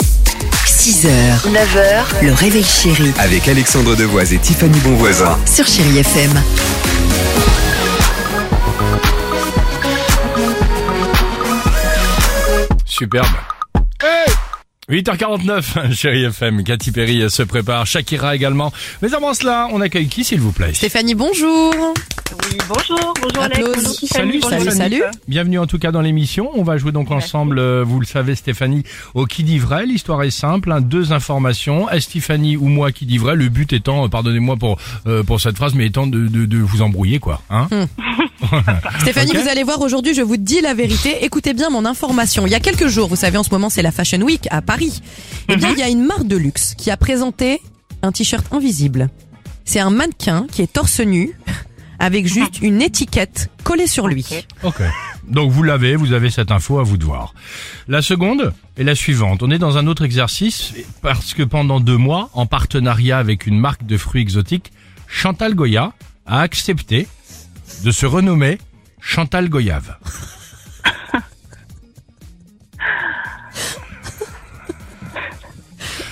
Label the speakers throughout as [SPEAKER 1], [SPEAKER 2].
[SPEAKER 1] 6h, 9h, le réveil chéri
[SPEAKER 2] Avec Alexandre Devoise et Tiffany Bonvoisin.
[SPEAKER 1] sur Chérie FM.
[SPEAKER 3] Superbe. 8h49, chérie FM, Cathy Perry euh, se prépare, Shakira également. Mais avant cela, on accueille qui s'il vous plaît
[SPEAKER 4] Stéphanie, bonjour.
[SPEAKER 5] Oui, bonjour, bonjour Alex,
[SPEAKER 4] Applause.
[SPEAKER 5] bonjour
[SPEAKER 3] Salut,
[SPEAKER 5] Tiffany, bonjour
[SPEAKER 3] salut,
[SPEAKER 5] Philippe.
[SPEAKER 3] Bienvenue en tout cas dans l'émission. On va jouer donc ensemble, euh, vous le savez Stéphanie, au qui dit vrai. L'histoire est simple, hein, deux informations. Est-ce Stéphanie ou moi qui dit vrai Le but étant, euh, pardonnez-moi pour euh, pour cette phrase, mais étant de, de, de vous embrouiller quoi. Hein
[SPEAKER 4] Stéphanie,
[SPEAKER 3] Ok.
[SPEAKER 4] vous allez voir aujourd'hui, je vous dis la vérité. Écoutez bien mon information. Il y a quelques jours, vous savez, en ce moment, c'est la Fashion Week à Paris. Eh
[SPEAKER 5] Mhm.
[SPEAKER 4] bien, il y a une marque de luxe qui a présenté un t-shirt invisible. C'est un mannequin qui est torse nu
[SPEAKER 5] Mhm.
[SPEAKER 4] avec juste une étiquette collée sur lui.
[SPEAKER 3] Ok. Donc vous l'avez, vous avez cette info à vous de voir. La seconde est la suivante. On est dans un autre exercice parce que pendant deux mois, en partenariat avec une marque de fruits exotiques, Chantal Goya a accepté de se renommer Chantal Goyave.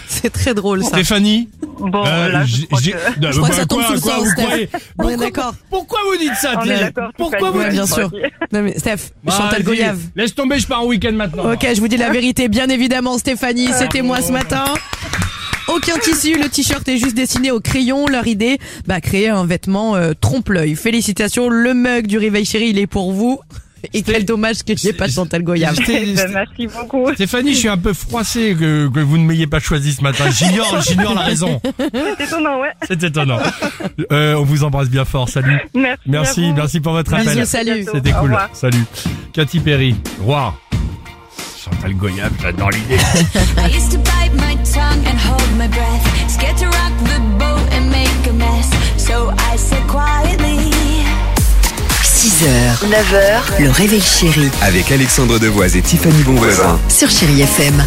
[SPEAKER 4] C'est très drôle, ça.
[SPEAKER 3] Stéphanie,
[SPEAKER 5] Bon,
[SPEAKER 3] euh,
[SPEAKER 5] Oh là, je
[SPEAKER 3] j'ai-
[SPEAKER 5] crois
[SPEAKER 3] j'ai-
[SPEAKER 5] que...
[SPEAKER 3] Non,
[SPEAKER 4] Je crois que
[SPEAKER 3] bah,
[SPEAKER 4] ça tombe
[SPEAKER 3] quoi,
[SPEAKER 4] sous le
[SPEAKER 3] quoi,
[SPEAKER 4] sens,
[SPEAKER 3] vous
[SPEAKER 4] Steph.
[SPEAKER 3] croyez-
[SPEAKER 4] On est
[SPEAKER 3] pourquoi-
[SPEAKER 4] d'accord.
[SPEAKER 3] Pourquoi vous dites ça
[SPEAKER 5] On est
[SPEAKER 3] Thierry
[SPEAKER 5] d'accord,
[SPEAKER 3] Pourquoi vous
[SPEAKER 5] Stéphanie,
[SPEAKER 3] dites
[SPEAKER 4] bien
[SPEAKER 3] ça
[SPEAKER 4] sûr. Non, mais Steph, Chantal
[SPEAKER 3] Vas-y,
[SPEAKER 4] Goyave.
[SPEAKER 3] Laisse tomber, je pars en week-end maintenant.
[SPEAKER 4] Ok, je vous dis la vérité, bien évidemment, Stéphanie, c'était moi ce matin. Aucun tissu, le t-shirt est juste dessiné au crayon. Leur idée, bah, créer un vêtement euh, trompe-l'œil. Félicitations, le mug du Réveil Chéri, il est pour vous. Et quel dommage que j'ai pas Chantal Goyave.
[SPEAKER 3] Sté-
[SPEAKER 5] Ben, merci beaucoup.
[SPEAKER 3] Stéphanie, je suis un peu froissé que, que vous ne m'ayez pas choisi ce matin. J'ignore, j'ignore la raison.
[SPEAKER 5] C'est étonnant, ouais.
[SPEAKER 3] C'est étonnant. Euh, on vous embrasse bien fort. Salut.
[SPEAKER 5] Merci. à
[SPEAKER 3] Merci,
[SPEAKER 5] vous.
[SPEAKER 3] merci pour votre appel.
[SPEAKER 4] Bisous, salut.
[SPEAKER 3] C'était
[SPEAKER 5] Au
[SPEAKER 3] cool.
[SPEAKER 5] revoir.
[SPEAKER 3] Salut. Cathy Perry. Roi. Chantal Goyave, j'adore l'idée.
[SPEAKER 6] I used to bite my tongue and hold my breath. Scared to rock the boat and make a mess. So I said quietly.
[SPEAKER 1] 6h, 9h, le réveil chéri
[SPEAKER 2] Avec Alexandre Devoise et Tiffany Bonvoisin.
[SPEAKER 1] sur Chérie FM.